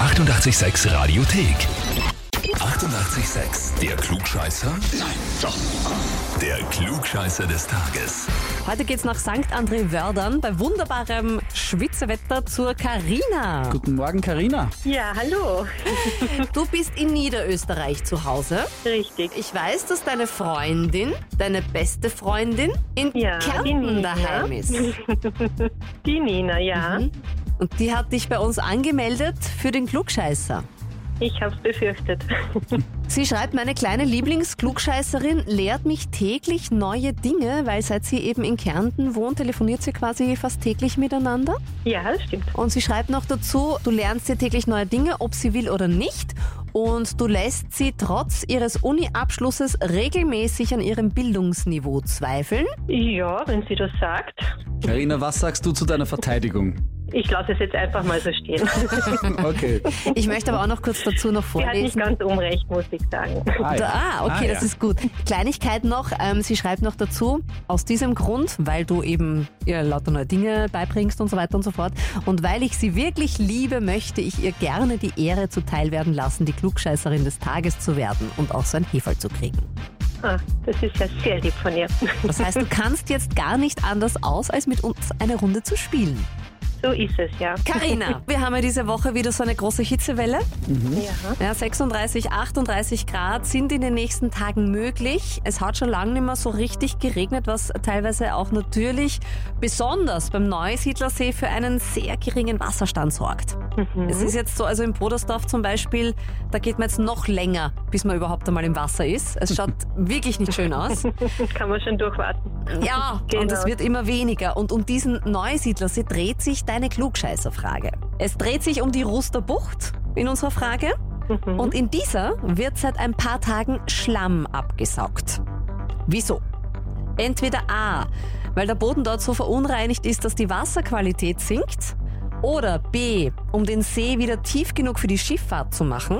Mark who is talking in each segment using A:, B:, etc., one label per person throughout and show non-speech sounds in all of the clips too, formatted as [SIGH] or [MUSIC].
A: 886 Radiothek. 88,6. Der Klugscheißer? Nein, doch. Der Klugscheißer des Tages.
B: Heute geht's nach St. André Wördern bei wunderbarem Schwitzewetter zur Karina.
C: Guten Morgen, Karina.
D: Ja, hallo.
B: Du bist in Niederösterreich zu Hause.
D: Richtig.
B: Ich weiß, dass deine Freundin, deine beste Freundin, in
D: Ja, die
B: Kärnten
D: Nina.
B: daheim ist.
D: Die Nina, ja.
B: Mhm. Und die hat dich bei uns angemeldet für den Klugscheißer.
D: Ich hab's befürchtet. [LAUGHS]
B: Sie schreibt, meine kleine Lieblingsklugscheißerin lehrt mich täglich neue Dinge, weil seit sie eben in Kärnten wohnt, telefoniert sie quasi fast täglich miteinander.
D: Ja, das stimmt.
B: Und sie schreibt noch dazu, du lernst dir täglich neue Dinge, ob sie will oder nicht. Und du lässt sie trotz ihres Uni-Abschlusses regelmäßig an ihrem Bildungsniveau zweifeln.
D: Ja, wenn sie das sagt.
C: Karina, was sagst du zu deiner Verteidigung?
D: Ich lasse es jetzt einfach mal
B: [LAUGHS]
D: so stehen.
C: Okay.
B: Ich möchte aber auch noch kurz dazu noch
D: Sie hat nicht
B: vorlesen.
D: ganz unrecht, muss ich sagen.
C: Hi.
B: Ah, okay,
C: Ah, ja.
B: das ist gut. Kleinigkeit noch, ähm, sie schreibt noch dazu, aus diesem Grund, weil du eben ihr lauter neue Dinge beibringst und so weiter und so fort. Und weil ich sie wirklich liebe, möchte ich ihr gerne die Ehre zuteilwerden lassen, die Klugscheißerin des Tages zu werden und auch so ein Heferl zu kriegen.
D: Ah, das ist ja sehr lieb von ihr. [LAUGHS]
B: Das heißt, du kannst jetzt gar nicht anders aus, als mit uns eine Runde zu spielen.
D: So ist es, ja.
B: [LAUGHS] Karina, wir haben ja diese Woche wieder so eine große Hitzewelle.
D: Ja.
B: Ja, 36, 38 Grad sind in den nächsten Tagen möglich. Es hat schon lange nicht mehr so richtig geregnet, was teilweise auch natürlich besonders beim Neusiedlersee für einen sehr geringen Wasserstand sorgt. Es ist jetzt so, also in Brodersdorf zum Beispiel, da geht man jetzt noch länger, bis man überhaupt einmal im Wasser ist. Es schaut wirklich nicht schön aus.
D: Kann man schon durchwarten.
B: [LAUGHS] Ja, und
D: [LAUGHS] Genau.
B: es wird immer weniger. Und um diesen Neusiedlersee dreht sich deine Klugscheißerfrage. Es dreht sich um die Rusterbucht in unserer Frage. Und in dieser wird seit ein paar Tagen Schlamm abgesaugt. Wieso? Entweder A, weil der Boden dort so verunreinigt ist, dass die Wasserqualität sinkt. Oder B, um den See wieder tief genug für die Schifffahrt zu machen.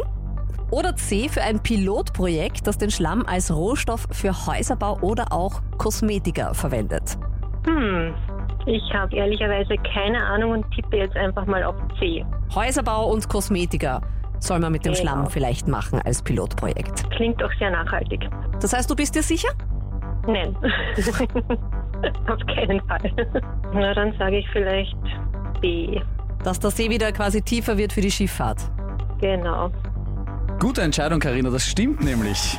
B: Oder C, für ein Pilotprojekt, das den Schlamm als Rohstoff für Häuserbau oder auch Kosmetika verwendet.
D: Hm. Ich habe ehrlicherweise keine Ahnung und tippe jetzt einfach mal auf C.
B: Häuserbau und Kosmetika soll man mit dem
D: Genau.
B: Schlamm vielleicht machen als Pilotprojekt.
D: Klingt doch sehr nachhaltig.
B: Das heißt, du bist dir sicher? [LAUGHS]
D: Nein. [LAUGHS] auf keinen Fall. [LAUGHS] Na, dann sage ich vielleicht B.
B: Dass der See wieder quasi tiefer wird für die Schifffahrt.
D: Genau.
C: Gute Entscheidung, Karina, das stimmt nämlich.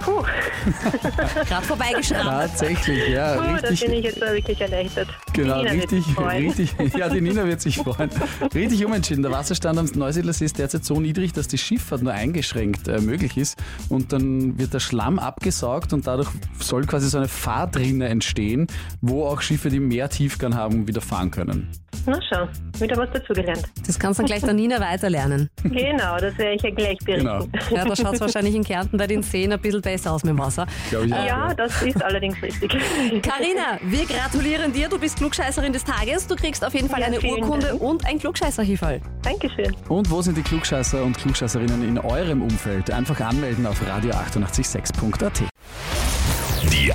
D: Puh.
C: Äh,
B: Gerade vorbeigeschrammt.
C: Tatsächlich, ja,
D: Oh, da bin
C: richtig.
D: ich jetzt mal wirklich erleichtert.
C: Genau,
D: Nina wird
C: richtig,
D: sich freuen.
C: richtig. Ja, die Nina wird sich freuen. Richtig umentschieden. Der Wasserstand am Neusiedlersee ist derzeit so niedrig, dass die Schifffahrt nur eingeschränkt äh, möglich ist. Und dann wird der Schlamm abgesaugt und dadurch soll quasi so eine Fahrtrinne entstehen, wo auch Schiffe, die mehr Tiefgang haben, wieder fahren können.
D: Na schau, wieder was dazugelernt.
C: [LAUGHS]
B: Das kannst dann gleich der Nina weiterlernen.
D: Genau, das werde ich ja gleich
C: Genau.
D: berichten.
B: Ja, da schaut es wahrscheinlich in Kärnten bei den Seen ein bisschen besser aus mit dem Wasser.
C: Glaube ich auch,
D: Ja, das ist allerdings richtig.
B: Karina, wir gratulieren dir. Du bist Klugscheißerin des Tages. Du kriegst auf jeden Fall
D: Ja,
B: eine
D: vielen
B: Urkunde
D: Dank.
B: und ein Klugscheißerhieferl.
D: Dankeschön.
C: Und wo sind die Klugscheißer und Klugscheißerinnen in eurem Umfeld? Einfach anmelden auf radio886.at.
A: Die